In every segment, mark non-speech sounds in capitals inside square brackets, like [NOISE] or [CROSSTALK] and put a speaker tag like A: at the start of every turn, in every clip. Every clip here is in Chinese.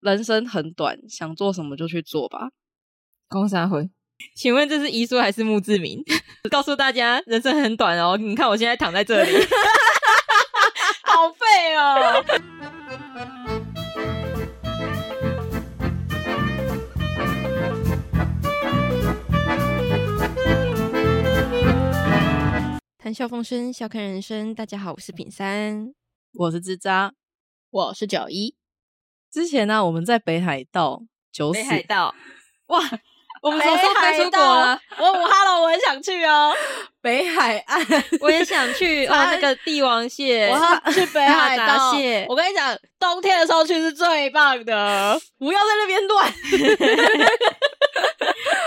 A: 人生很短，想做什么就去做吧。
B: 公三回。
C: 请问这是遗书还是墓志铭？ [LAUGHS] 告诉大家，人生很短哦。你看我现在躺在这里，
D: [LAUGHS]
A: 好废哦！
C: 谈笑风生，笑看人生。大家好，我是品三。
A: 我是吱喳。
D: 我是九一，
A: 之前呢、我们在北海道九死
C: 北，海道，哇，我们什么时候
D: 北
C: 飞
D: 海
C: 出国啊
D: 道
C: 了？
D: 我五哈喽，我很想去哦，
A: 北海岸， [LAUGHS]
C: 我也想 [LAUGHS] 去哇，那个帝王蟹，
D: 我要去北海 [LAUGHS]
C: 大闸
D: 道
C: 蟹。
D: 我跟你讲，冬天的时候去是最棒的。
A: 不要在那边乱。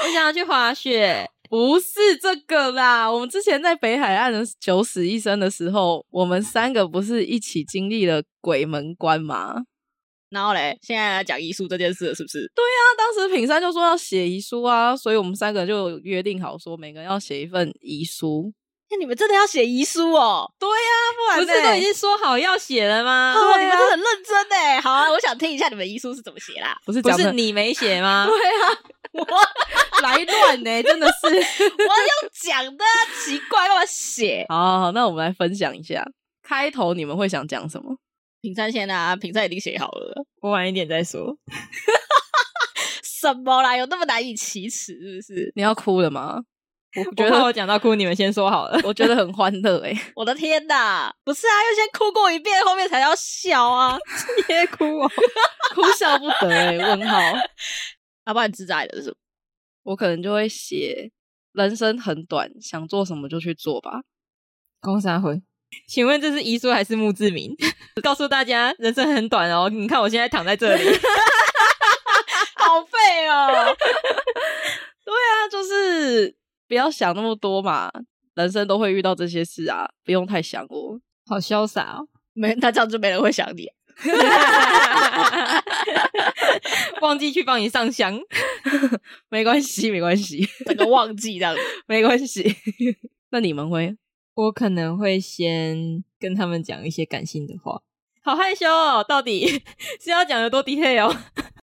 C: 我想要去滑雪，
A: 不是这个啦，我们之前在北海岸的九死一生的时候，我们三个不是一起经历了鬼门关吗？
D: 然后嘞，现在来讲艺术这件事了，是不是？
A: 那当时品山就说要写遗书啊，所以我们三个就约定好说，每个人要写一份遗书。
D: 哎那你们真的要写遗书哦？
A: 不
C: 不
A: 然
C: 是都已
A: 经
C: 经说好要写了吗？
D: 哦，你们真的很认真哎。好啊，我想听一下你们遗书是怎么写啦。
A: 不是
C: 不
A: 讲
C: 是
A: 的
C: 你没写吗？
D: 我
A: 来乱呢、真的是。[LAUGHS]
D: [LAUGHS] 我要讲的啊奇怪，干嘛写？
A: 好好好，那我们来分享一下开头，你们会想讲什么？
D: 平山先啊，平山已经写好了。
C: [LAUGHS] 我晚一点再说。
D: 什么啦？有那么难以启齿是不是？
A: 你要哭了吗？我
C: 觉
A: 觉
C: 得
A: 得
C: 我讲到哭，你们先说好 [LAUGHS] 了。
A: 我觉得很欢乐哎、
D: 我的天哪！不是啊，要先哭过一遍，后面才要笑啊。
C: 别哭哦，
A: 哭笑不得哎、问号。
D: 要不然自在的是什么？
A: 我可能就会写人生很短，想做什么就去做吧。
B: 公三回。
C: 请问这是遗书还是墓志铭？ [LAUGHS] 告诉大家，人生很短哦。你看我现在躺在这里，
D: [LAUGHS] 好废哦！
A: 那就是不要想那么多嘛，人生都会遇到这些事啊，不用太想我。
C: [LAUGHS] 好潇洒哦！
D: 没，那这样就没人会想你。
C: 忘记去帮你上香，
A: 没关系，没关系，
D: [LAUGHS]
A: [LAUGHS]
D: 整个忘记这样子。
A: 没关系。 [LAUGHS] 那你们会？
B: 我可能会
C: 先跟他们讲一些感性的话。好害羞哦，到底 [LAUGHS] 是要讲的多 detail 哦？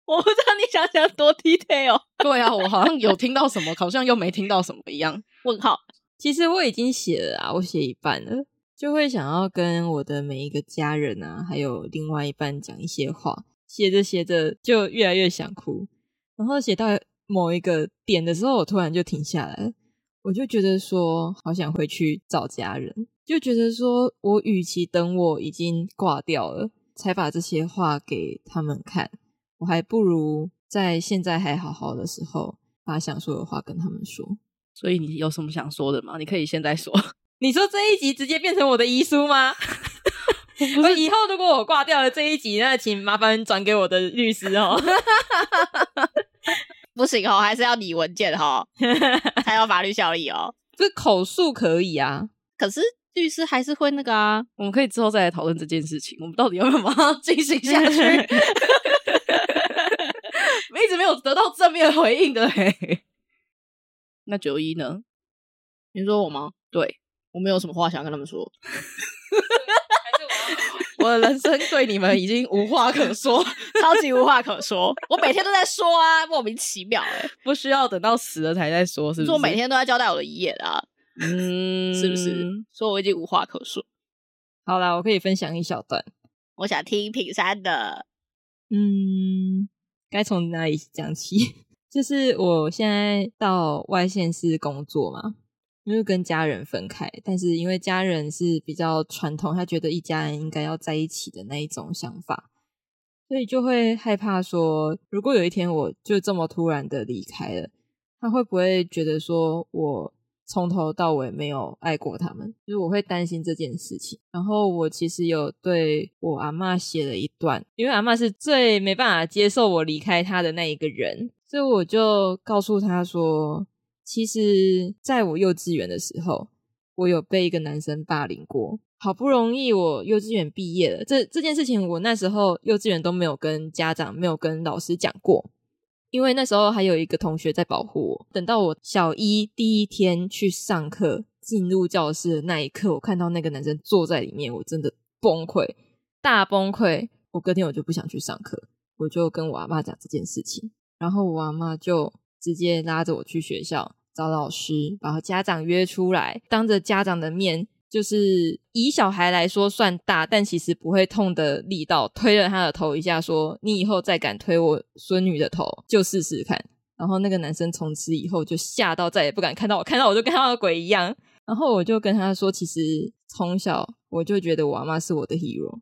D: 我不知道你想想多 detail 哦。
A: [LAUGHS] 对啊，我好像有听到什么，好像又没听到什么一样。
D: 问号，
C: 其实我已经写了啊，我写一半了，就会想要跟我的每一个家人啊，还有另外一半讲一些话。写着写着就越来越想哭，然后写到某一个点的时候，我突然就停下来了，我就觉得说好想回去找家人，就觉得说我与其等我已经挂掉了才把这些话给他们看，我还不如在现在还好好的时候，把想说的话跟他们说。
A: 所以你有什么想说的吗？你可以现在说。 [LAUGHS]
C: 你说这一集直接变 [LAUGHS] 成我的遗书吗？我以后如果我挂掉了这一集，那请麻烦转给我的律师哦。
D: 不行哦，还是要你文件 [LAUGHS] 哦，才有法律效力哦。
C: [LAUGHS] 这口述可以啊，
D: 可是律师还是会那个啊，
A: 我们可以之后再来讨论这件事情，我们到底要不要马上进行下去？ [LAUGHS] 一直没有得到正面回应的嘿、那九一呢？
D: 你说我吗？
A: 对，
D: 我没有什么话想跟他们说。
A: 我的人生对你们已经无话可说， [LAUGHS]
D: 超级无话可说，我每天都在说啊，莫名其妙哎、
A: 不需要等到死了才再说，是
D: 就
A: 不
D: 是
A: 是？
D: 我每，天都在交代我的遗言啊，
A: 嗯，
D: 是不是？所以我已经无话可说。
C: 好啦，我可以分享一小段。
D: 我想听品山的，
C: 嗯，该从哪里讲起？ [LAUGHS] 就是我现在到外县市工作嘛，因为跟家人分开，但是因为家人是比较传统，他觉得一家人应该要在一起的那一种想法，所以就会害怕说，如果有一天我就这么突然的离开了，他会不会觉得说我从头到尾没有爱过他们？就是我会担心这件事情。然后我其实有对我阿嬷写了一段，因为阿嬷是最没办法接受我离开她的那一个人，所以我就告诉她说，其实在我幼稚园的时候，我有被一个男生霸凌过。好不容易我幼稚园毕业了，这这件事情我那时候幼稚园都没有跟家长、没有跟老师讲过，因为那时候还有一个同学在保护我。等到我小一第一天去上课，进入教室的那一刻，我看到那个男生坐在里面，我真的崩溃，大崩溃。我隔天我就不想去上课，我就跟我阿妈讲这件事情，然后我阿妈就直接拉着我去学校找老师，把家长约出来，当着家长的面，就是以小孩来说算大，但其实不会痛的力道，推了他的头一下说，你以后再敢推我孙女的头，就试试看。然后那个男生从此以后就吓到再也不敢看到我，看到我就跟他的鬼一样。然后我就跟他说，其实从小我就觉得我阿妈是我的 hero，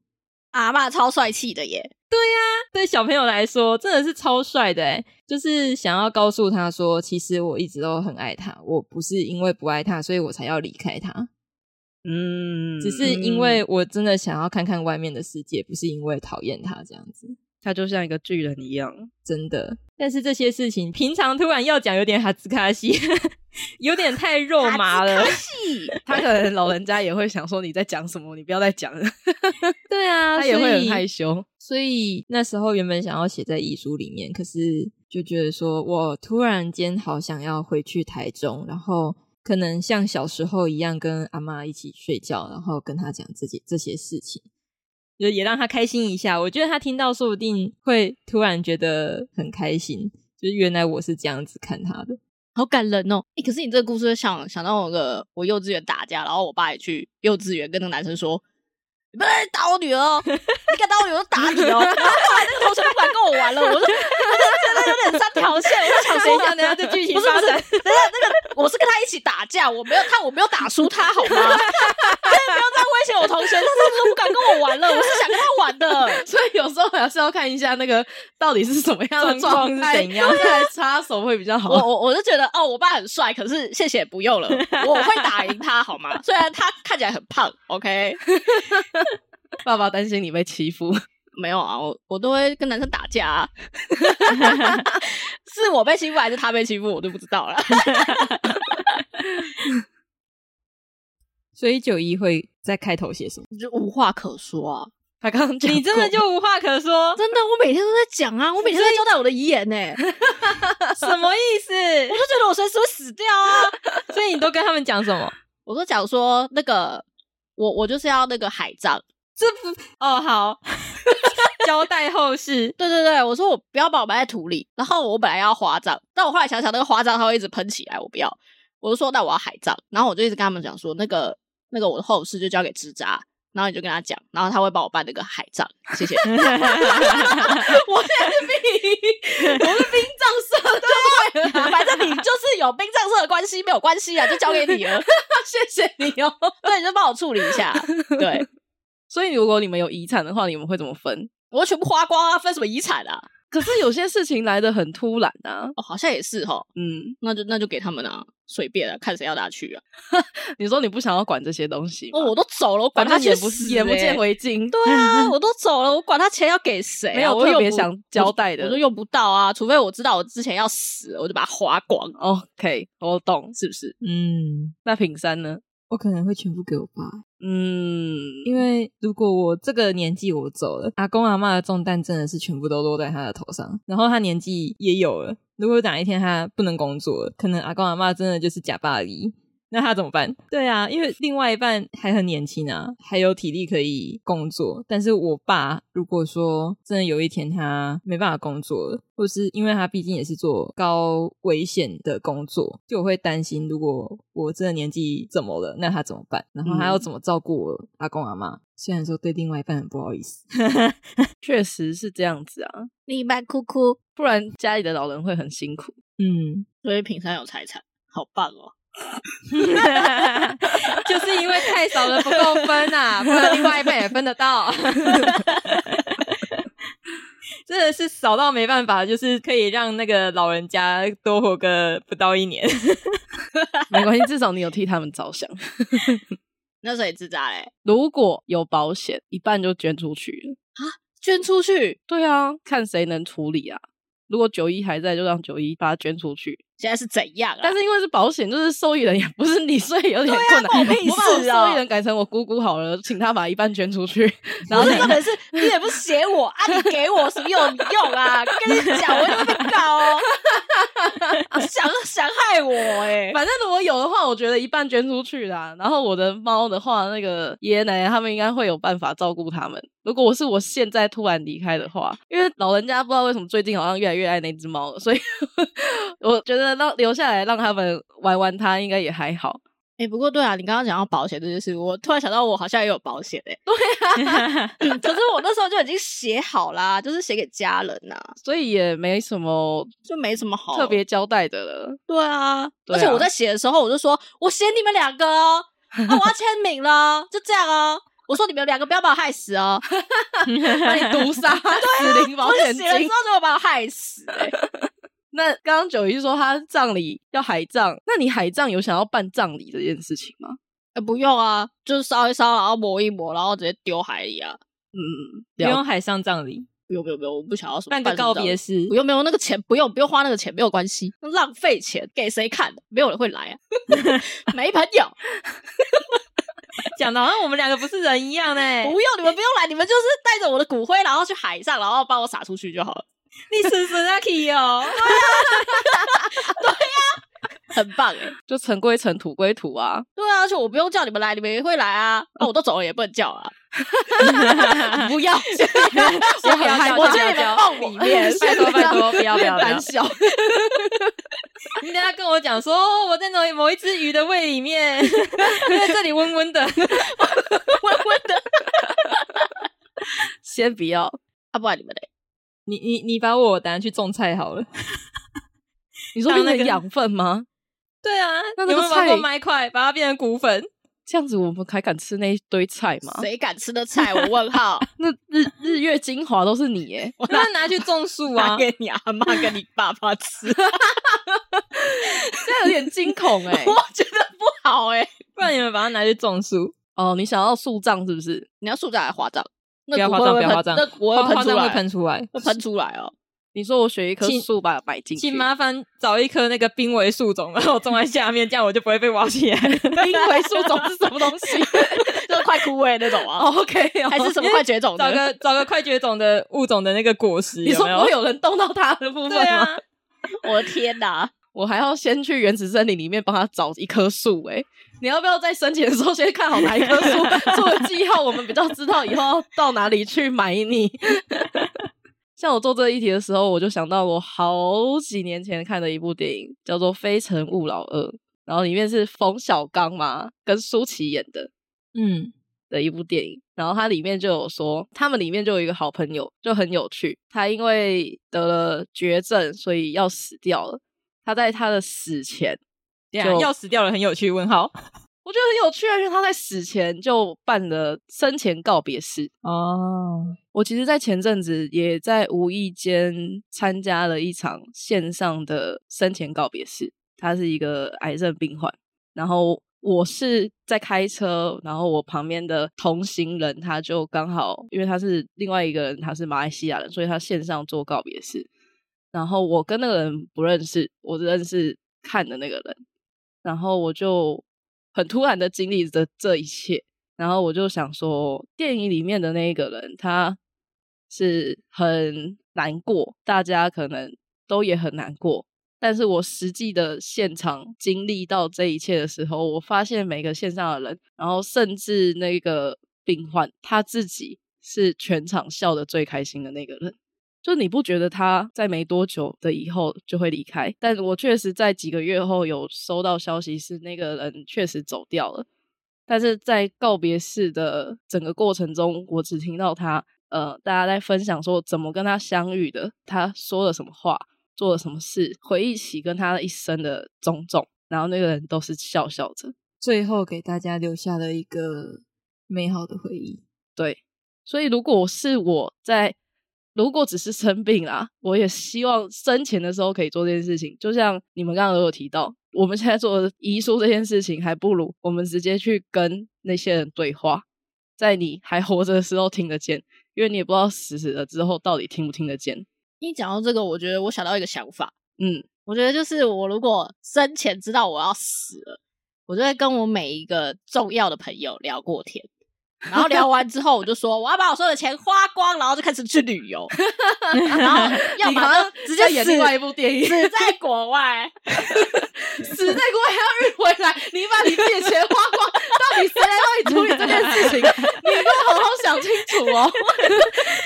D: 阿嬷超帅气的耶，
C: 对小朋友来说真的是超帅的诶就是想要告诉他说，其实我一直都很爱他，我不是因为不爱他，所以我才要离开他，
A: 嗯，
C: 只是因为我真的想要看看外面的世界，不是因为讨厌他这样子，
A: 他就像一个巨人一样， [LAUGHS]
C: 真的。但是这些事情平常突然要讲，有点哈兹卡西， [LAUGHS] 有点太肉麻了
D: 哈。兹卡西
A: 他可能老人家也会想说你在讲什么，你不要再讲 [LAUGHS] 了，
C: 对啊，
A: 他也会
C: 所以
A: 很害羞。
C: 所以那时候原本想要写在遗书里面，可是就觉得说我突然间好想要回去台中，然后可能像小时候一样跟阿妈一起睡觉，然后跟她讲这些这些事情，就也让她开心一下。我觉得她听到，说不定会突然觉得很开心，就是原来我是这样子看她的。
D: 好感人哦！哎、可是你这个故事想想到我个我幼稚园打架，然后我爸也去幼稚园跟那个男生说：“你不能再打我女儿哦，你敢打我女儿我就打你哦。”然后
C: [LAUGHS]
D: 后来那个同学都不敢跟我玩了，我说我 [LAUGHS] 真的有点三条线，我就想
C: 等一
D: 说
C: 下，等一下，这剧 [LAUGHS] 情
D: 不是
C: 发
D: 不是，
C: 展
D: 等一下那个我是跟他一起打架，我没有他我没有打输他好吗？不 [LAUGHS] 要这样威胁我同学，他真的不敢跟我玩了，我是想跟他玩
A: [LAUGHS]
D: 的。
A: 所以有时候还是要看一下那个到底是什么样的
C: 状况
A: 状
C: 是
A: 态，
C: 怎样
A: 再来插手会比较
D: 我
A: 好。
D: 我我就觉得哦，我爸很帅，可是谢谢不 [LAUGHS] 用了，我会打赢他好吗？虽然他看起来很胖，OK，
A: 爸爸担心你被欺负，
D: 没有啊，我我都会跟男生打架、 [LAUGHS] 啊，是我被欺负还是他被欺负，我都不知道了。
C: 所以九一会在开头写什么？
D: [LAUGHS] 就无话可说啊！
A: 他刚刚讲
C: 你真的
A: 过
C: 就无话可 [LAUGHS] 说，
D: 真的，我每天都在讲啊，我每天都在交代我的遗言呢、我
C: 什么意思？
D: 就觉得我随时会死掉啊！
C: [LAUGHS] 所以你都跟他们讲什么？
D: 我都讲说那个，我我就是要那个海葬。
C: 哦，好， [LAUGHS] 交代后事。
D: 对对对，我说我不要把我埋在土里，然后我本来要花葬，但我后来想想那个花葬它会一直喷起来，我不要。我就说那我要海葬，然后我就一直跟他们讲说那个那个我的后事就交给支扎，然后你就跟他讲，然后他会帮我办那个海葬，谢 [LAUGHS] 谢。我现在是兵，我是殡葬
A: [LAUGHS]
D: 社的，对啊，反正你就是有殡葬社的关系没有关系啊，就交给你了。
A: [LAUGHS] 谢谢你哦。
D: 对，你就帮我处理一下。啊对
A: 所以如果你们有遗产的话，你们会怎么分？
D: 我全部花光啊，分什么遗产啊？
A: 可是有些事情来的很突然啊，
D: 哦，好像也是哦，
A: 嗯，
D: 那就那就给他们啊，随便啊，看谁要拿去啊。
A: 你说你不想要管这些东西吗，
D: 哦，我都走了，我管
A: 反正
D: 他去
A: 眼不
D: 死、
A: 眼不
D: 欸
A: 见。为净，
D: 对 [LAUGHS] 啊，我都走了，我管他钱要给谁啊、
A: 没有
D: 我
A: 特
D: 又
A: 别
D: 不
A: 想交代的
D: 我就用不到啊，除非我知道我之前要死了，我就把它花光，
A: 啊 [LAUGHS] OK，我懂，是不是？
C: 嗯，
A: 那品山呢？
C: 我可能会全部给我爸，
A: 嗯，
C: 因为如果我这个年纪我走了，阿公阿妈的重担真的是全部都落在他的头上，然后他年纪也有了。如果哪一天他不能工作了，可能阿公阿妈真的就是假巴黎，那他怎么办？对啊，因为另外一半还很年轻啊，还有体力可以工作。但是我爸如果说真的有一天他没办法工作了，或是因为他毕竟也是做高危险的工作，就我会担心，如果我真的年纪怎么了，那他怎么办？然后他要怎么照顾我阿公阿妈？虽然说对另外一半很不好意思， [LAUGHS]
A: 确实是这样子啊，
D: 另一半哭哭。
A: 不然家里的老人会很辛苦。
C: 嗯，
D: 所以平山有财产，好棒哦！
A: [LAUGHS]
C: 就是因为太少了不够分啊，不然另外一半也分得到。 [LAUGHS] [LAUGHS] 真的是少到没办法，就是可以让那个老人家多活个不到一年。 [LAUGHS]
A: 没关系，至少你有替他们着想。
D: 那谁自扎嘞？
A: 如果有保险，一半就捐出去了。
C: 啊
D: 捐出去，
A: 对啊，看谁能处理啊。如果九一还在，就让九一把它捐出去。
D: 现在是怎样啊？
A: 但是因为是保险，就是受益人也不是你，所以有点
C: 啊
A: 困难。
D: 关我屁
A: 我把我
D: 事啊
A: 受益人改成我姑姑好了，请她把一半捐出去。然
D: 然
A: 后
D: 后
A: 你
D: 重点是，你也 [LAUGHS] 不写我啊，你给我什么有用啊？跟你讲，我就会被告哦。想想害我哎、
A: 反正如果有的话，我觉得一半捐出去啦。然后我的猫的话，那个爷爷奶奶他们应该会有办法照顾他们。如果我是我现在突然离开的话，因为老人家不知道为什么最近好像越来越爱那只猫了，所以我觉得让留下来让他们玩玩它，应该也还好。
D: 哎、不过对啊，你刚刚讲到保险这件事，我突然想到我好像也有保险哎、对啊， [LAUGHS] 可是我那时候就已经写好啦，就是写给家人呐、
A: 所以也没什么
D: 就没什么好
A: 特别交代的了。
D: 对啊，
A: 对
D: 而且
A: 啊
D: 我在写的时候，我就说我写你们两个哦，啊，我要签名了，就这样哦。我说你们两个不要把我害死 [LAUGHS] 哦，
A: 把你毒杀， [LAUGHS] 啊死灵保
D: 我就
A: 险
D: 写了之
A: 金。
D: 后就把我害死、欸。
A: 那刚刚九一说他葬礼要海葬，那你海葬有想要办葬礼这件事情吗？
D: [LAUGHS] 呃不用啊，就是烧一烧，然后磨一磨，然后直接丢海里啊。
A: 嗯，
B: [LAUGHS] 不
A: 了
B: 用海上葬礼，
D: 不用不用不用，我不想要什么
B: 办个
D: 什么
B: 告
D: 葬礼
B: 别式
D: 不。用不用，那个钱不用不用花那个钱，没有关系，那浪费钱，给谁看的？没有人会来啊， [LAUGHS] 没朋
B: [LAUGHS]
D: 友，
B: 讲的好像我们两个不是人一样欸呢、 [LAUGHS]
D: 不用你们不用来，你们就是带着我的骨灰，然后去海上，然后帮我撒出去就好了，
B: 你是 s n a k y 哦，
D: 很棒哎、
A: [LAUGHS] 就尘归尘，土归土啊。
D: 对啊，而且我不用叫你们来，你们也会来啊。那、我都走了，也不能叫啊。 [LAUGHS] 不要，
B: [LAUGHS] 我很害怕
D: 我去你们梦里
B: [LAUGHS]
D: 面，啊
B: 拜托拜托，不要不要不要
D: 胆！ [LAUGHS] 小。
B: 你等一下跟我讲说，哦我在某某一只鱼的胃里
A: [LAUGHS]
B: 面，在这里温温的， [LAUGHS]
A: 先不要，
D: 啊，不然你们嘞？
B: 你你你把我拿去种菜好了。
A: 你说
B: 当
A: 变
B: 那个
A: 成养分吗？
B: 对啊，
A: 那那
B: 有没有
A: 个
B: 玩过
A: 菜
B: 麦块，把它变成骨 [LAUGHS] 粉？
A: 这样子我们还敢吃那一堆菜吗？
D: 谁敢吃的菜？我问
B: [LAUGHS]
D: 号。
A: 那日日月精华都是你耶，
D: 我拿
B: 那拿去种树
D: 拿
B: [LAUGHS] 啊！
D: 给你阿妈跟你爸爸吃，
A: 这样有点惊恐
B: [LAUGHS]
A: 哎。
D: [LAUGHS] 我觉得不好哎、
B: 不然你们把它拿去种树，
A: 哦，你想要树葬是不是？
D: 你要树葬还是花葬？那
B: 不要
D: 骨
B: 花
D: 灰
B: 葬
D: 会
B: 不要
D: 喷
B: 花葬
D: 那骨
B: 花
D: 灰
B: 花
D: 喷出
B: 葬会
D: 来，
B: 喷出来。
D: 会喷出来哦。
A: 你说我选一棵
B: 请
A: 树把它摆进去，
B: 请麻烦找一棵那个濒危树种，然后我种在下面，这样我就不会被挖起来。
A: [LAUGHS] 因为树种是什么东西
D: 就是快枯萎 [LAUGHS] 那种啊，
A: ？OK，哦
D: 还是什么快绝种
B: [LAUGHS] 找个
D: 的？
B: 找个快绝种的物种的那个果实，
A: 你说
B: 有
A: 不会
B: 没有？
A: 有人动到它的部分
B: 对
A: 吗？
B: 啊，
D: 我的天哪！
A: 我还要先去原始森林里面帮他找一棵树哎。你要不要在申请的时候先看好哪一棵树做个记号，我们比较知道以后要到哪里去买你。 [LAUGHS] 像我做这一题的时候，我就想到我好几年前看的一部电影，叫做《非诚勿扰二》，然后里面是冯小刚嘛跟舒淇演的，
B: 嗯，
A: 的一部电影，然后它里面就有说，他们里面就有一个好朋友，就很有趣。他因为得了绝症，所以要死掉了。他在他的死前，
B: 对啊
A: 就，
B: 要死掉了，很有趣。问号
A: 我觉得很有趣啊，因为他在死前就办了生前告别式。
B: 哦，
A: 我其实，在前阵子也在无意间参加了一场线上的生前告别式。他是一个癌症病患，然后我是在开车，然后我旁边的同行人他就刚好，因为他是另外一个人，他是马来西亚人，所以他线上做告别式。然后我跟那个人不认识，我只认识看的那个人。然后我就很突然的经历着这一切，然后我就想说，电影里面的那一个人他是很难过，大家可能都也很难过，但是我实际的现场经历到这一切的时候，我发现每个线上的人，然后甚至那个病患他自己是全场笑的最开心的那个人。就你不觉得他在没多久的以后就会离开？但我确实在几个月后有收到消息，是那个人确实走掉了。但是在告别式的整个过程中，我只听到他呃，大家在分享说怎么跟他相遇的，他说了什么话，做了什么事，回忆起跟他一生的种种，然后那个人都是笑笑着。
B: 最后给大家留下了一个美好的回
C: [LAUGHS]
B: 忆。
A: 对，所以如果是我在，如果只是生病啦，我也希望生前的时候可以做这件事情。就像你们刚刚都有提到，我们现在做的遗书这件事情，还不如我们直接去跟那些人对话，在你还活着的时候听得见，因为你也不知道死死了之后到底听不听得见。
D: 一讲到这个，我觉得我想到一个想法，
A: 嗯，
D: 我觉得就是我如果生前知道我要死了，我就会跟我每一个重要的朋友聊过天，然后聊完之后，我就说我要把我所有的钱花光，然后就开始去旅游，
A: [LAUGHS]
D: 然后 [LAUGHS] 要
A: 你
D: 么
A: 好像
D: 就直
A: 在
D: 接
A: 演
D: 死
A: 另外一部电影，
D: 死在国外，
A: [LAUGHS] 死在国外要运回来，你把你自己的钱花光，到底谁来帮你处理这件事情？你 [LAUGHS] 给我好好想清楚
D: [LAUGHS]
A: 哦。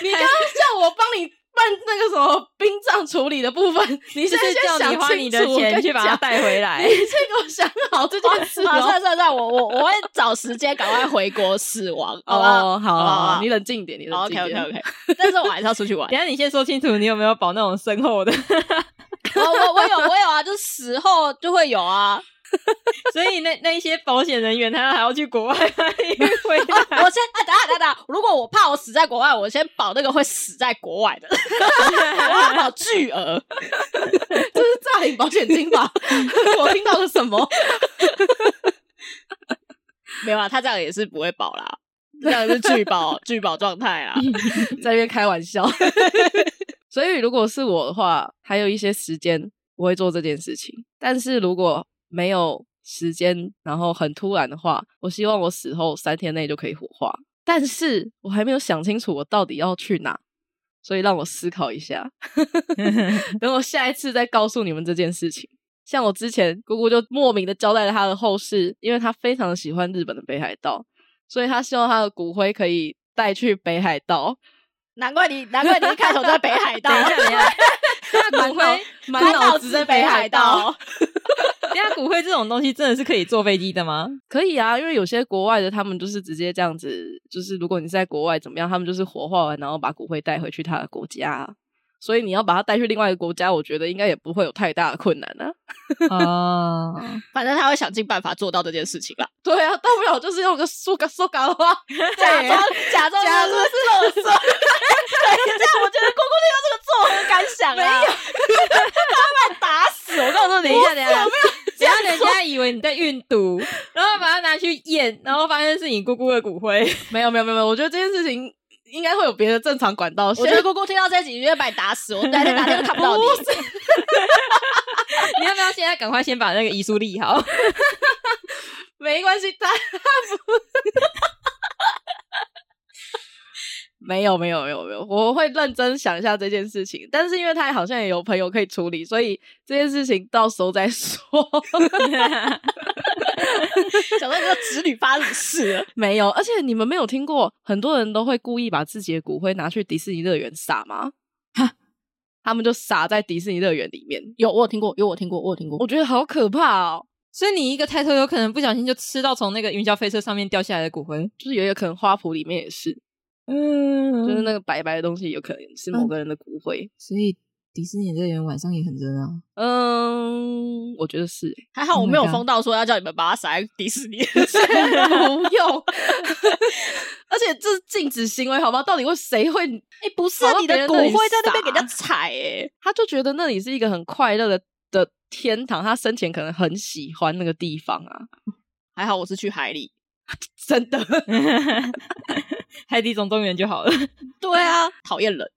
A: 你刚刚叫我帮你办那个什么殡葬处理的部分，你
C: 就
A: 现在
C: 是
A: 先
C: 叫
A: 想
C: 你
A: 清
C: 花
A: 楚
C: 你的钱去把它。带回
A: 我
C: 来
A: 哎
C: [LAUGHS]
A: 跟你讲。你先给我想好这件事
D: 啊，
A: 哦。
D: 算算算，我我我会找时间赶快回国死亡，好吧？
A: 哦，好好
D: 好
A: 好
D: 吧
A: 好，你冷静一点，你冷静
D: OK
A: 一
D: OK
A: 点。
D: OK，但 [LAUGHS] 是我还是要
A: [LAUGHS]
D: 出去玩
C: 等。一下你先说清楚，你有没有保那种身 [LAUGHS] 后的？
D: 我我我有我有啊，就是死后就会有啊。
C: 所以那那一些保险人员，他还要去国外买 [LAUGHS] 回
D: 啊
C: [LAUGHS]
D: [LAUGHS]
C: 来。
D: 我先啊，等一下等一下等一下，如果我怕我死在国外，我先保那个会死在国外的，我要保巨额。 [LAUGHS]
A: 这是诈领保险金吧？我听到了什么？
D: [LAUGHS] 没有啊，他这样也是不会保啦，这样是拒保拒保状态啊啦。
A: 在那边开玩笑。所以如果是我的话，还有一些时间我会做这件事情。但是如果没有时间，然后很突然的话，我希望我死后三天内就可以火化。但是我还没有想清楚我到底要去哪，所以让我思考一下， [LAUGHS] 等我下一次再告诉你们这件事情。像我之前姑姑就莫名的交代了她的后事，因为她非常喜欢日本的北海道，所以她希望她的骨灰可以带去北海道。
D: 难怪你难怪你一开头在北海道
C: 等，一下，等一下，
A: [LAUGHS]
C: 那骨灰，
A: 满脑子
D: 在
A: 在北海道。，
C: 等一下骨灰这种东西真的是可以坐飞机的 [LAUGHS] 吗？
A: [LAUGHS] 可以啊，因为有些国外的他们就是直接这样子，就是如果你是在国外怎么样，他们就是火化完然后把骨灰带回去他的国家啊、所以你要把它带去另外一个国家，我觉得应该也不会有太大的困难啊。
C: 哦，
D: 反正他会想尽办法做到这件事情啦。
A: [LAUGHS] 对啊，大不了就是用个塑胶塑胶的话， [LAUGHS]
D: [LAUGHS] 假装
A: 假
D: 假装假
A: 装
D: 装是垃圾。 [LAUGHS] 对，这样我觉得姑姑听到这个作何感想啊？没有，他把打死我！
C: 告诉你一下，等一下，等一下，人家以为你在运毒，然后把它拿去验，然后发现是你姑姑的骨 [LAUGHS] 灰。
A: 没有没有没有没有，我觉得这件事情应该会有别的正常管道
D: 我觉得
A: 线。
D: 姑姑听到这几句，把你打死，我哪天哪天都看不到你。
C: [LAUGHS] 你要不要现在赶快先把那个遗书立好？ [LAUGHS]
A: 没关系，他他不。没有没有没有没有，我会认真想一下这件事情，但是因为他好像也有朋友可以处理，所以这件事情到时候再
D: [LAUGHS]
A: 说。
D: 想到你这个侄女发生什么事了？
A: 没有，而且你们没有听过，很多人都会故意把自己的骨灰拿去迪士尼乐园撒吗？他们就撒在迪士尼乐园里面，
D: 有，我有听过，有我听过，我有听过。
A: 我觉得好可怕哦！
C: 所以你一个抬头，有可能不小心就吃到从那个云霄飞车上面掉下来的骨灰。
A: 就是有一个可能花圃里面也是，
C: 嗯
A: 就是那个白白的东西，有可能是
D: 嗯
A: 某个人的骨灰。
E: 所以迪士尼乐园晚上也很热闹。
A: 嗯，我觉得是、
D: 还好我
E: Oh my
D: 没有
E: God
D: 疯到说要叫你们把它撒在迪士 [LAUGHS] 尼。
A: 不用。 [LAUGHS] 而且这是禁止行为，好吗？到底会谁会？
D: 哎、不是
A: 跑到
D: 你的
A: 别人
D: 骨
A: 那里
D: 灰在那
A: 撒
D: 边给人家踩、欸，
A: 他就觉得那里是一个很快乐的的天堂，他生前可能很喜欢那个地方啊，
D: [LAUGHS]
A: [LAUGHS]
D: 还好我是去海里。
A: 真的。
C: [LAUGHS]
A: [LAUGHS]
C: 海底总动员就好了。 [LAUGHS]
D: 对啊，讨厌人。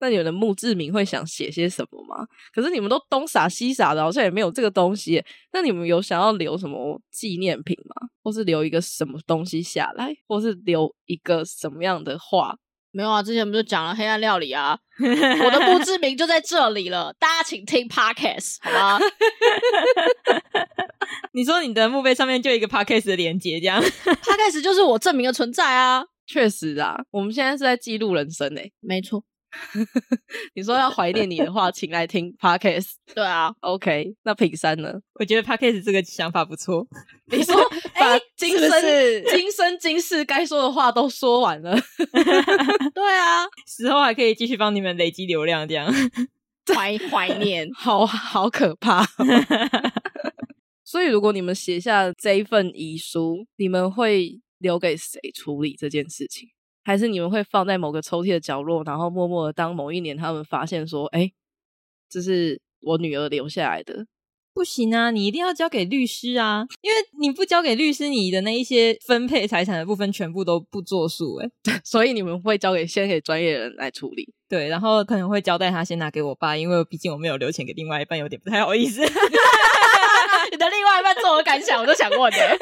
A: 那你们的墓志铭会想写些什么吗？可是你们都东撒西撒的，好像也没有这个东西耶。那你们有想要留什么纪念品吗？或是留一个什么东西下来，或是留一个什么样的话？
D: 没有啊，之前不是讲了黑暗料理 [LAUGHS] 啊，我的墓志铭就在这里了，大家请听 podcast 好吗？
C: 你说你的墓碑上面就一个 podcast 的连接，这样
D: podcast 就是我证明的存在啊，
A: 确实啊，我们现在是在记录人生欸诶。
D: 没错，
A: 你说要怀念你的话，请来听 podcast。
D: 对啊，
A: OK，那品山
D: [LAUGHS]
A: 呢？
C: 我觉得 podcast 这个想法不错。
A: 你说把今生、
D: 哎是 [LAUGHS] 不是
A: 今生今世该说的话都说完了，，
D: 对啊，
C: 死后还可以继续帮你们累积流量，这样。
D: 怀怀念
A: [LAUGHS] 好好可怕哦。
D: [LAUGHS]
A: 所以，如果你们写下这一份遗书，你们会留给谁处理这件事情？还是你们会放在某个抽屉的角落，然后默默的当某一年他们发现说，哎、这是我女儿留下来的， [LAUGHS]
C: 不行啊，你一定要交给律师啊，因为你不交给律师，你的那一些分配财产的部分全部都不作数诶、
A: 所以你们会交给先给专业人来处理。
C: 对，然后可能会交代他先拿给我爸，因为毕竟我没有留钱给另外一半，有点不太好
B: [LAUGHS]
C: 意思。
D: 你的另外一半作何感想？我都想问的、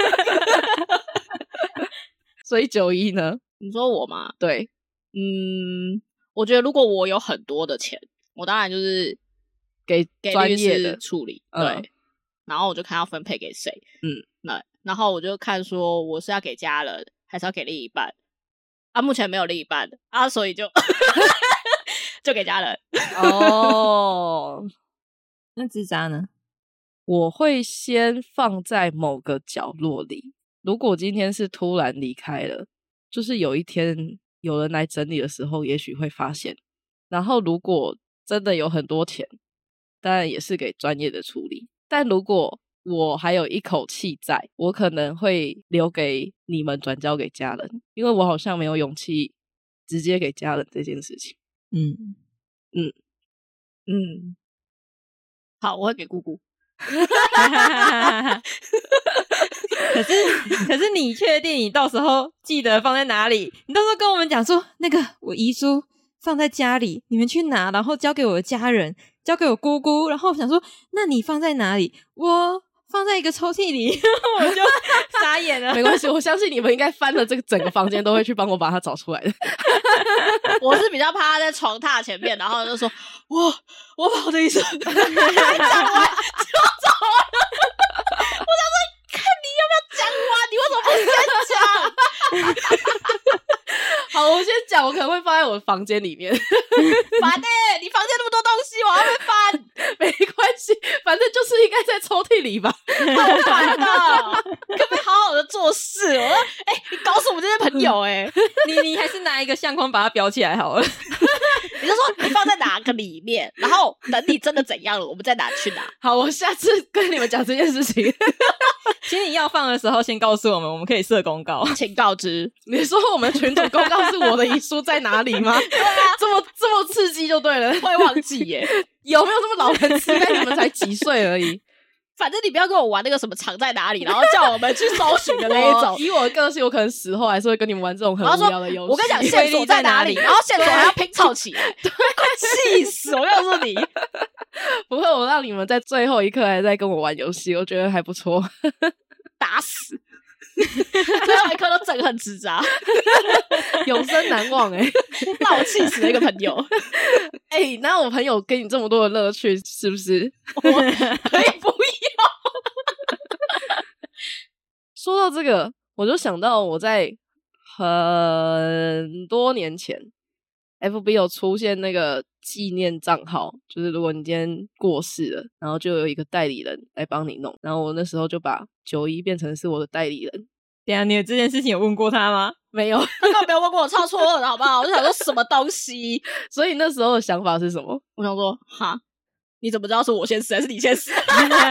A: 所以九一呢？
D: 你说我吗？
A: 对，
D: 嗯，我觉得如果我有很多的钱，我当然就是
A: 给
D: 给
A: 专
D: 律
A: 业
D: 师
A: 的
D: 处理，对。
A: 嗯
D: 然后我就看要分配给谁，
A: 嗯，
D: 那然后我就看说我是要给家人，还是要给另一半？啊，目前没有另一半啊，所以就 [LAUGHS] 就给家人。
A: 哦，
C: 那自扎呢？
A: [LAUGHS] 我会先放在某个角落里。如果今天是突然离开了，就是有一天有人来整理的时候，也许会发现。然后，如果真的有很多钱，当然也是给专业的处理。但如果我还有一口气在，我可能会留给你们转交给家人，因为我好像没有勇气直接给家人这件事情。
C: 嗯，
A: 嗯，
D: 好，我会给姑姑。
B: 可是，可是你确定你到时候记得放在哪里？你到时候跟我们讲说，那个我遗书放在家里，你们去拿，然后交给我的家人，交给我姑姑。然后我想说，那你放在哪里？我放在一个抽屉里， [LAUGHS] 我就傻眼
A: [LAUGHS]
B: 了。
A: 没关系，我相信你们应该翻了这个整个房间，都会去帮我把它找出来的。
D: 我是比较趴在床榻前面，然后就说：“我我把我的医生看完就走了。”我想说，看你要不要讲完？你为什么不先讲？
A: [LAUGHS] 好，我先讲，我可能会放在我的房间里 [LAUGHS] 面，
D: 烦呢、你房间那么多东西，我还会翻，
A: 没关系，反正就是应该在抽屉里吧。 [LAUGHS]
D: 好烦的。可不可以好好的做事？我说，哎、你搞死我们这些朋友哎、
B: 你你还是拿一个相框把它裱起来好了。
D: 你就说你放在哪个里面，然后等你真的怎样了，我们再拿去拿。
A: 好，我下次跟你们讲这件事情。 [LAUGHS]
B: 请你要放的时候先告诉我们，我们可以设公告。 [LAUGHS]
D: 请告知，
A: 你说我们群主公告是我的遗书在哪里吗？ [LAUGHS] 对啊，这么这么刺激就对了。
D: 会忘记耶、
A: 有没有这么老人痴呆？你们才几岁而 [LAUGHS] 已。
D: 反正你不要跟我玩那个什么藏在哪里，然后叫我们去搜寻的那一种
A: 我。
D: [LAUGHS]
A: 以我的个性，我可能死后还是会跟你们玩这种很
D: 然
A: 无
D: 后说
A: 聊的游：“戏。
D: 我跟你讲，线索在哪里？然后线索还要拼凑起来， [LAUGHS] 对，快气死！我告诉你，
A: 不会，我让你们在最后一刻还在跟我玩游戏，我觉得还不 [LAUGHS] 错。
D: 打死！最后一刻都憎恨之渣， [LAUGHS]
A: 永生难忘哎、
D: 让我气死的一个朋友。
A: 哎、那我朋友给你这么多的乐趣，是不是？
D: 可以哎不要？
A: 说到这个，我就想到我在很多年前，FB 有出现那个纪念账号，就是如果你今天过世了，然后就有一个代理人来帮你弄。然后我那时候就把九一变成是我的代理人，
B: 对啊，你有这件事情有问过他吗？
A: 没有。
D: 他根本没有问过我，超错愕的好不好？我就想说什么东西？
A: 所以那时候的想法是什么？
D: 我想说，哈，你怎么知道是我先死还是你先死？ [LAUGHS] 你会不会太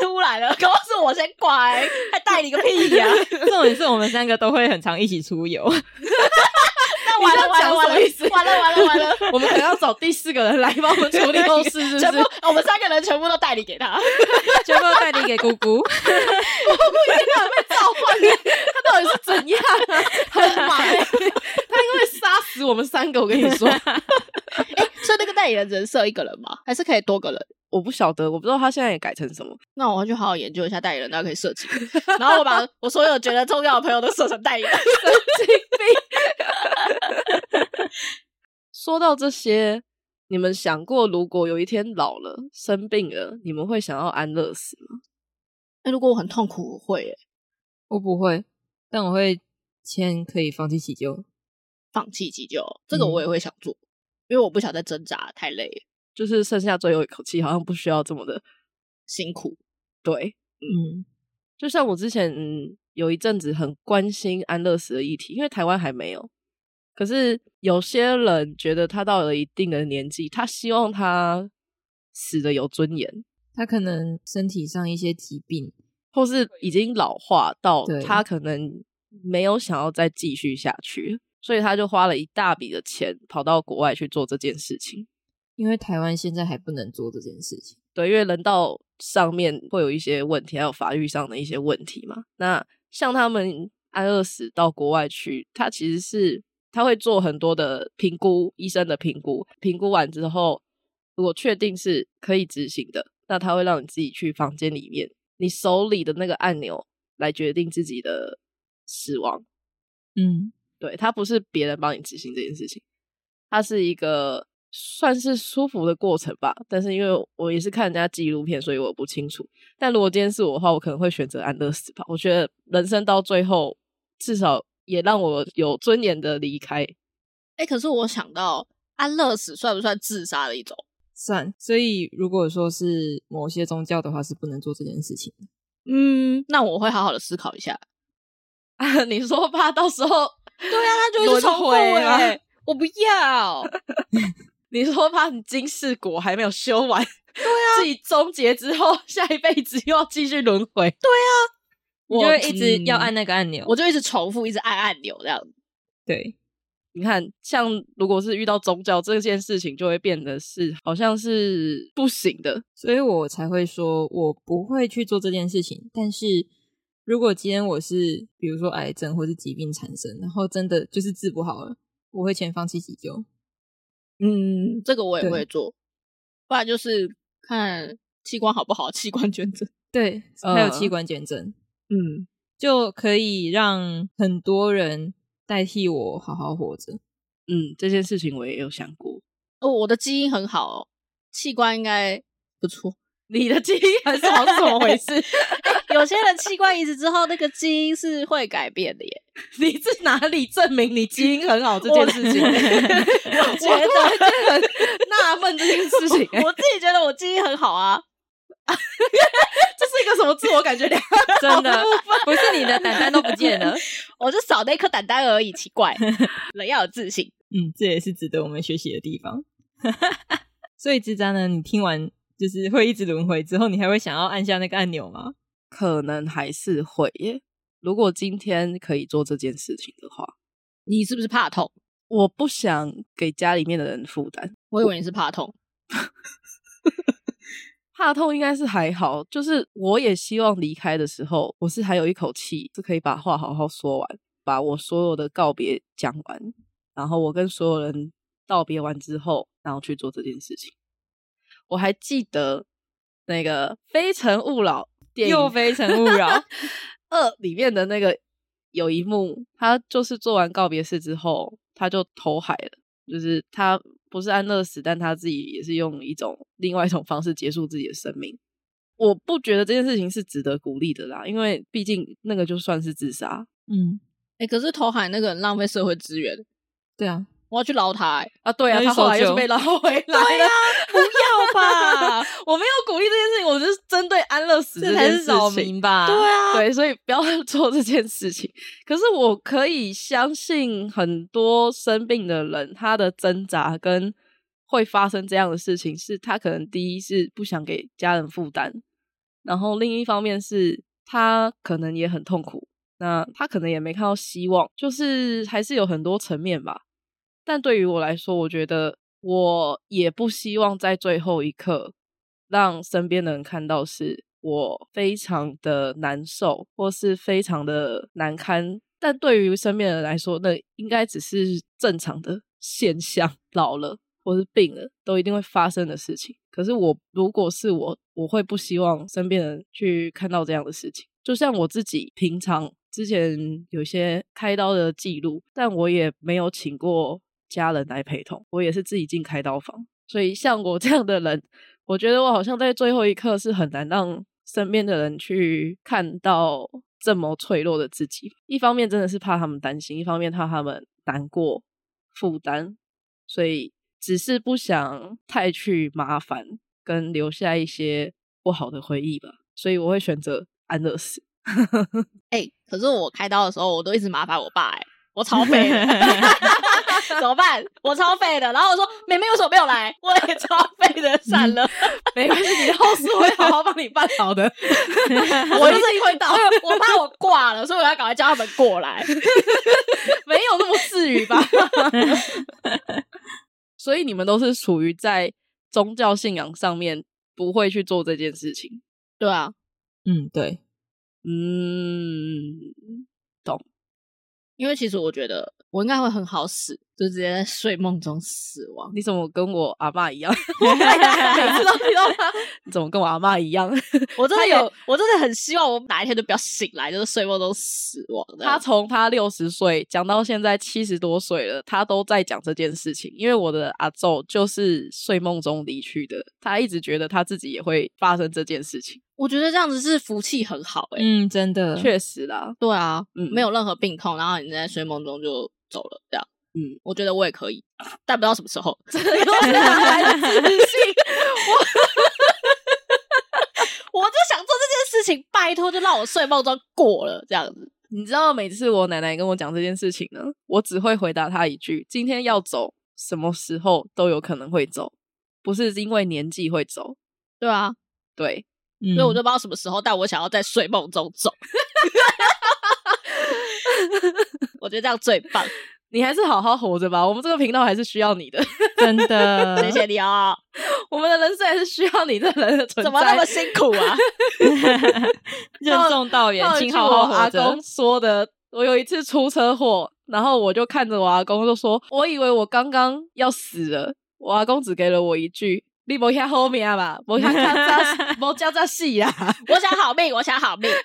D: 突然 [LAUGHS] 了？告诉我先挂、欸，还带你个屁 [LAUGHS] 呀、
B: [LAUGHS] 重点是我们三个都会很常一起出
C: [LAUGHS]
B: 游，
D: 那完了
A: 你这样
D: 完了
A: 讲
D: 完
A: 什么意思
D: 了完了完了完了，
A: 我们可能要找第四个人来帮我们处理后事， [LAUGHS] 是不
D: 全
A: 是
D: 部？我们三个人全部都代理给 [LAUGHS] 他。
B: [LAUGHS] 全部都代理给姑姑。
A: 召唤人，他到底是怎样、啊？很忙、欸，他应该会杀死我们三个。我跟你说，
D: [LAUGHS] 哎、所以那个代理人只能设一个人吗？还是可以多个人？
A: [LAUGHS] 我不晓得，我不知道他现在也改成什么。
D: 那我要去好好研究一下代理人，那可以设计。 [LAUGHS] 然后我把我所有觉得重要的朋友都设成代理人。
A: 说到这些，你们想过如果有一天老了、生病了，你们会想要安乐死吗？
D: [LAUGHS] 哎、如果我很痛苦，我会、欸、
C: [LAUGHS] 我不会，但我会签可以放弃急救。
D: 放弃急救，这个我也会想做，因为我不想再挣扎，太累了
A: 就是剩下最后一口气，好像不需要这么的
D: 辛苦。
A: 对。
C: 嗯，
A: 就像我之前、嗯、有一阵子很关心安乐死的议题，因为台湾还没有。可是有些人觉得他到了一定的年纪，他希望他死的有尊严，
C: 他可能身体上一些疾病，
A: 或是已经老化到
C: 对
A: 他可能没有想要再继续下去，所以他就花了一大笔的钱跑到国外去做这件事情。
C: 因为台湾现在还不能做这件事情。
A: 对，因为人到上面会有一些问题，还有法律上的一些问题嘛。那像他们安乐死到国外去，他其实是他会做很多的评估，医生的评估，评估完之后，如果确定是可以执行的，那他会让你自己去房间里面，你手里的那个按钮来决定自己的死亡。
C: 嗯，
A: 对，它不是别人帮你执行这件事情，它是一个算是舒服的过程吧。但是因为我也是看人家纪录片，所以我不清楚。但如果今天是我的话，我可能会选择安乐死吧。我觉得人生到最后，至少也让我有尊严的离开。 [LAUGHS]
D: 哎、可是我想到安乐死算不算自杀的一种？
C: 算。所以如果说是某些宗教的话，是不能做这件事情的。
D: 嗯，那我会好好的思考一下。
A: 啊，你说吧，到时候
D: 对啊，他就一直
A: 轮
D: 重复
A: 回
D: 哎、
A: 啊
B: 欸
D: 我不要。
A: 你说怕你今世果还没有修完，对啊， [LAUGHS] 自己终结之后，下一辈子又要继续轮回。
C: 你
A: 我
C: 就会一直
A: 嗯
C: 要按那个按钮。
D: [LAUGHS] 我就一直重复，一直按按钮这样。
C: 对，
A: 你看，像如果是遇到宗教这件事情，就会变得是好像是不行的。
C: 所以我才会说我不会去做这件事情。但是如果今天我是比如说癌症或是疾病产生，然后真的就是治不好了，我会先放弃急救。
D: 嗯，这个我也
C: 对
D: 会做，不然就是看器官好不好，器官捐赠。
C: 对，
A: 呃
C: 还有器官捐赠、
A: 嗯，
C: 就可以让很多人代替我好好活着。
A: 嗯，这件事情我也有想过。
D: 哦，我的基因很好哦，器官应该不错。
A: 你的基因还是好像怎么回事？
C: [LAUGHS]
D: 有些人器官移植之后，那个基因是会改变的耶。
A: 你是哪里证明你基因很好这件事情？ [LAUGHS]
D: 我
A: 我觉得很纳闷这件事 [LAUGHS] 情、
D: [LAUGHS] 我自己觉得我基因很好啊，
A: 这是一个什么自我感觉 [LAUGHS] 良好？
B: 真的不是你的胆蛋都不见了，
D: 我就少那颗胆蛋而已，奇 [LAUGHS] 怪。人要有自信。
C: 嗯，这也是值得我们学习的地方。 [LAUGHS] 所以智渣呢，你听完就是会一直轮回之后，你还会想要按下那个按钮吗？
A: 可能还是会耶。如果今天可以做这件事情的话，
D: 你是不是怕痛？
A: 我不想给家里面的人负担。
D: 我以为你是怕痛。
A: 怕痛应该是还好，就是我也希望离开的时候，我是还有一口气，是可以把话好好说完，把我所有的告别讲完，然后我跟所有人道别完之后，然后去做这件事情。我还记得那个《非诚勿扰》电影
C: 又非诚勿
A: [LAUGHS]
C: 扰，
A: 二里面的那个有一幕，他就是做完告别式之后，他就投海了，就是他不是安乐死，但他自己也是用一种另外一种方式结束自己的生命。我不觉得这件事情是值得鼓励的啦，因为毕竟那个就算是自杀，
C: 嗯，
D: 哎、可是投海那个很浪费社会资源，
C: 对啊，
D: 我要去捞他、欸。
A: 啊，对啊，
C: 那就
A: 他后来
C: 搜
A: 又是
C: 救
A: 被捞回来
C: [LAUGHS]
A: 了。
D: 不要吧？
A: [LAUGHS] 我没有鼓励这件事情，我只是针对安乐死
C: 这
A: 件
C: 才是
A: 事
C: 扰
A: 情
C: 民吧？
D: 对啊，
A: 对，所以不要做这件事情。可是我可以相信很多生病的人，他的挣扎跟会发生这样的事情，是他可能第一是不想给家人负担，然后另一方面是他可能也很痛苦，那他可能也没看到希望，就是还是有很多层面吧。但对于我来说，我觉得我也不希望在最后一刻让身边的人看到是我非常的难受，或是非常的难堪。但对于身边的人来说，那应该只是正常的现象，老了或是病了都一定会发生的事情。可是我如果是我，我会不希望身边人去看到这样的事情。就像我自己平常之前有一些开刀的记录，但我也没有请过家人来陪同，我也是自己进开刀房。所以像我这样的人，我觉得我好像在最后一刻是很难让身边的人去看到这么脆弱的自己。一方面真的是怕他们担心，一方面怕他们难过、负担，所以只是不想太去麻烦，跟留下一些不好的回忆吧。所以我会选择安乐死。
D: 哎、可是我开刀的时候，我都一直麻烦我爸、哎，我超废的，怎么办？我超废的。然后我说，妹妹为什么没有来？我也超废的，算了，
A: 没关系，你的后事我会好好帮你办好
C: [LAUGHS]
A: 的。
D: 嗯我就是会到，我怕我挂了，所以我要赶快叫他们过来。
A: 没有那么至于吧。所以你们都是属于在宗教信仰上面不会去做这件事情。
D: 对啊，
C: 嗯，对，
A: 嗯，
D: 因为其实我觉得我应该会很好死，就直接在睡梦中死
A: [LAUGHS]
D: 亡。 [LAUGHS]
A: 你怎么跟我阿嬷一样？ [LAUGHS] 每次都听到 [LAUGHS] 她，你怎么跟我阿嬷一样？
D: 我真的有，我真的很希望我哪一天就不要醒来，就是睡梦中死亡的。
A: 他从他六十岁讲到现在七十多岁了，他都在讲这件事情。因为我的阿昼就是睡梦中离去的，他一直觉得他自己也会发生这件事情。
D: 我觉得这样子是福气很好哎、
C: 嗯，真的，
A: 确实啦，
D: 对啊，
A: 嗯
D: 没有任何病痛，然后你在睡梦中就走了，这样。
A: 嗯，
D: 我觉得我也可以，但不知道什么时候。我就想做这件事情，拜托就让我睡梦中过了这样子。
A: 你知道每次我奶奶跟我讲这件事情呢，我只会回答她一句：“今天要走，什么时候都有可能会走，不是因为年纪会走。
D: 对啊，”
A: 对，
C: [LAUGHS] 嗯
D: 所以我就不知道什么时候，但我想要在睡梦中走。 [LAUGHS] 我觉得这样最棒，
A: 你还是好好活着吧，我们这个频道还是需要你的， [LAUGHS]
C: 真的，
D: [LAUGHS] 谢谢你哦。
A: 我们的人生还是需要你这人的存在。
D: 怎么那么辛苦啊？ [LAUGHS]
C: 任重道远
A: 套，一
C: 请
A: 句
C: 好
A: 我
C: 好
A: 阿
C: 活着
A: 公。说的，我有一次出车祸，然后我就看着我阿公就说，我以为我刚刚要死了，我阿公只给了我一句。你莫看后面吧，莫看这，莫加这戏啊！
D: 我想好命，我想好命。
A: [LAUGHS]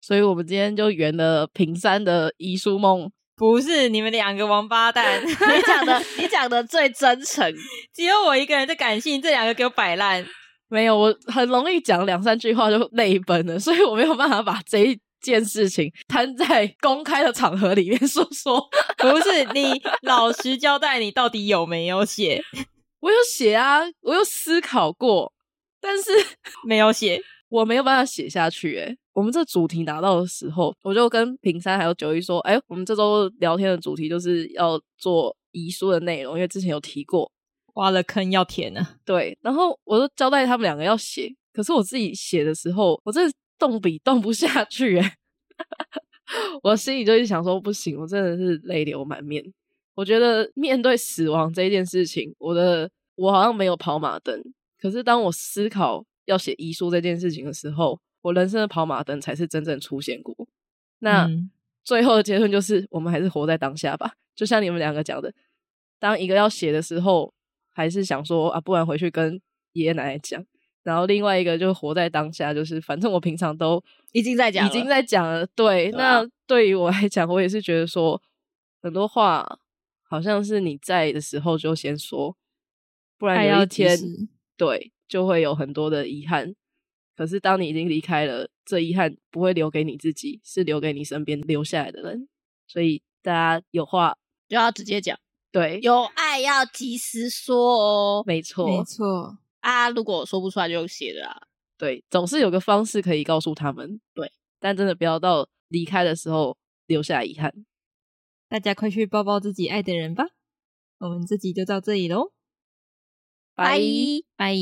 A: 所以我们今天就圆了平山的遗书梦。
C: 不是你们两个王八蛋， [LAUGHS]
D: 你讲的，你讲的最真诚。
C: 只有我一个人在感性，这两个给我摆烂。
A: 没有，我很容易讲两三句话就泪奔了，所以我没有办法把这一件事情摊在公开的场合里面说说。 [LAUGHS]
C: 不是你老实交代，你到底有没有写？
A: 我有写啊，我有思考过，但是
C: 没有写，
A: 我没有办法写下去、欸。我们这主题拿到的时候，我就跟平山还有九一说，哎、我们这周聊天的主题就是要做遗书的内容，因为之前有提过。
C: 挖了坑要填啊！
A: 对，然后我就交代他们两个要写，可是我自己写的时候，我真的动笔动不下去、欸， [LAUGHS] 我心里就是想说，不行，我真的是泪流满面。我觉得面对死亡这件事情，我的我好像没有跑马灯。可是当我思考要写遗书这件事情的时候，我人生的跑马灯才是真正出现过。那、
C: 嗯
A: 最后的结论就是，我们还是活在当下吧。就像你们两个讲的，当一个要写的时候，还是想说啊，不然回去跟爷爷奶奶讲。然后另外一个就活在当下，就是反正我平常都
D: 已经在讲
A: 已
D: 了
A: 经在讲了。对，
D: 对啊
A: 那对于我来讲，我也是觉得说，很多话好像是你在的时候就先说，不然
C: 爱
A: 有
C: 要
A: 一天
C: 及时
A: 对就会有很多的遗憾。可是当你已经离开了，这遗憾不会留给你自己，是留给你身边留下来的人。所以大家有话
D: 就要直接讲，
A: 对，
D: 有爱要及时说哦。
A: 没错，
C: 没错，
D: 啊，如果我说不出来就写的啊。
A: 对，总是有个方式可以告诉他们。
D: 对，
A: 但真的不要到离开的时候留下遗憾。
C: 大家快去抱抱自己爱的人吧！我们这集就到这里喽，
D: 拜。
C: 拜。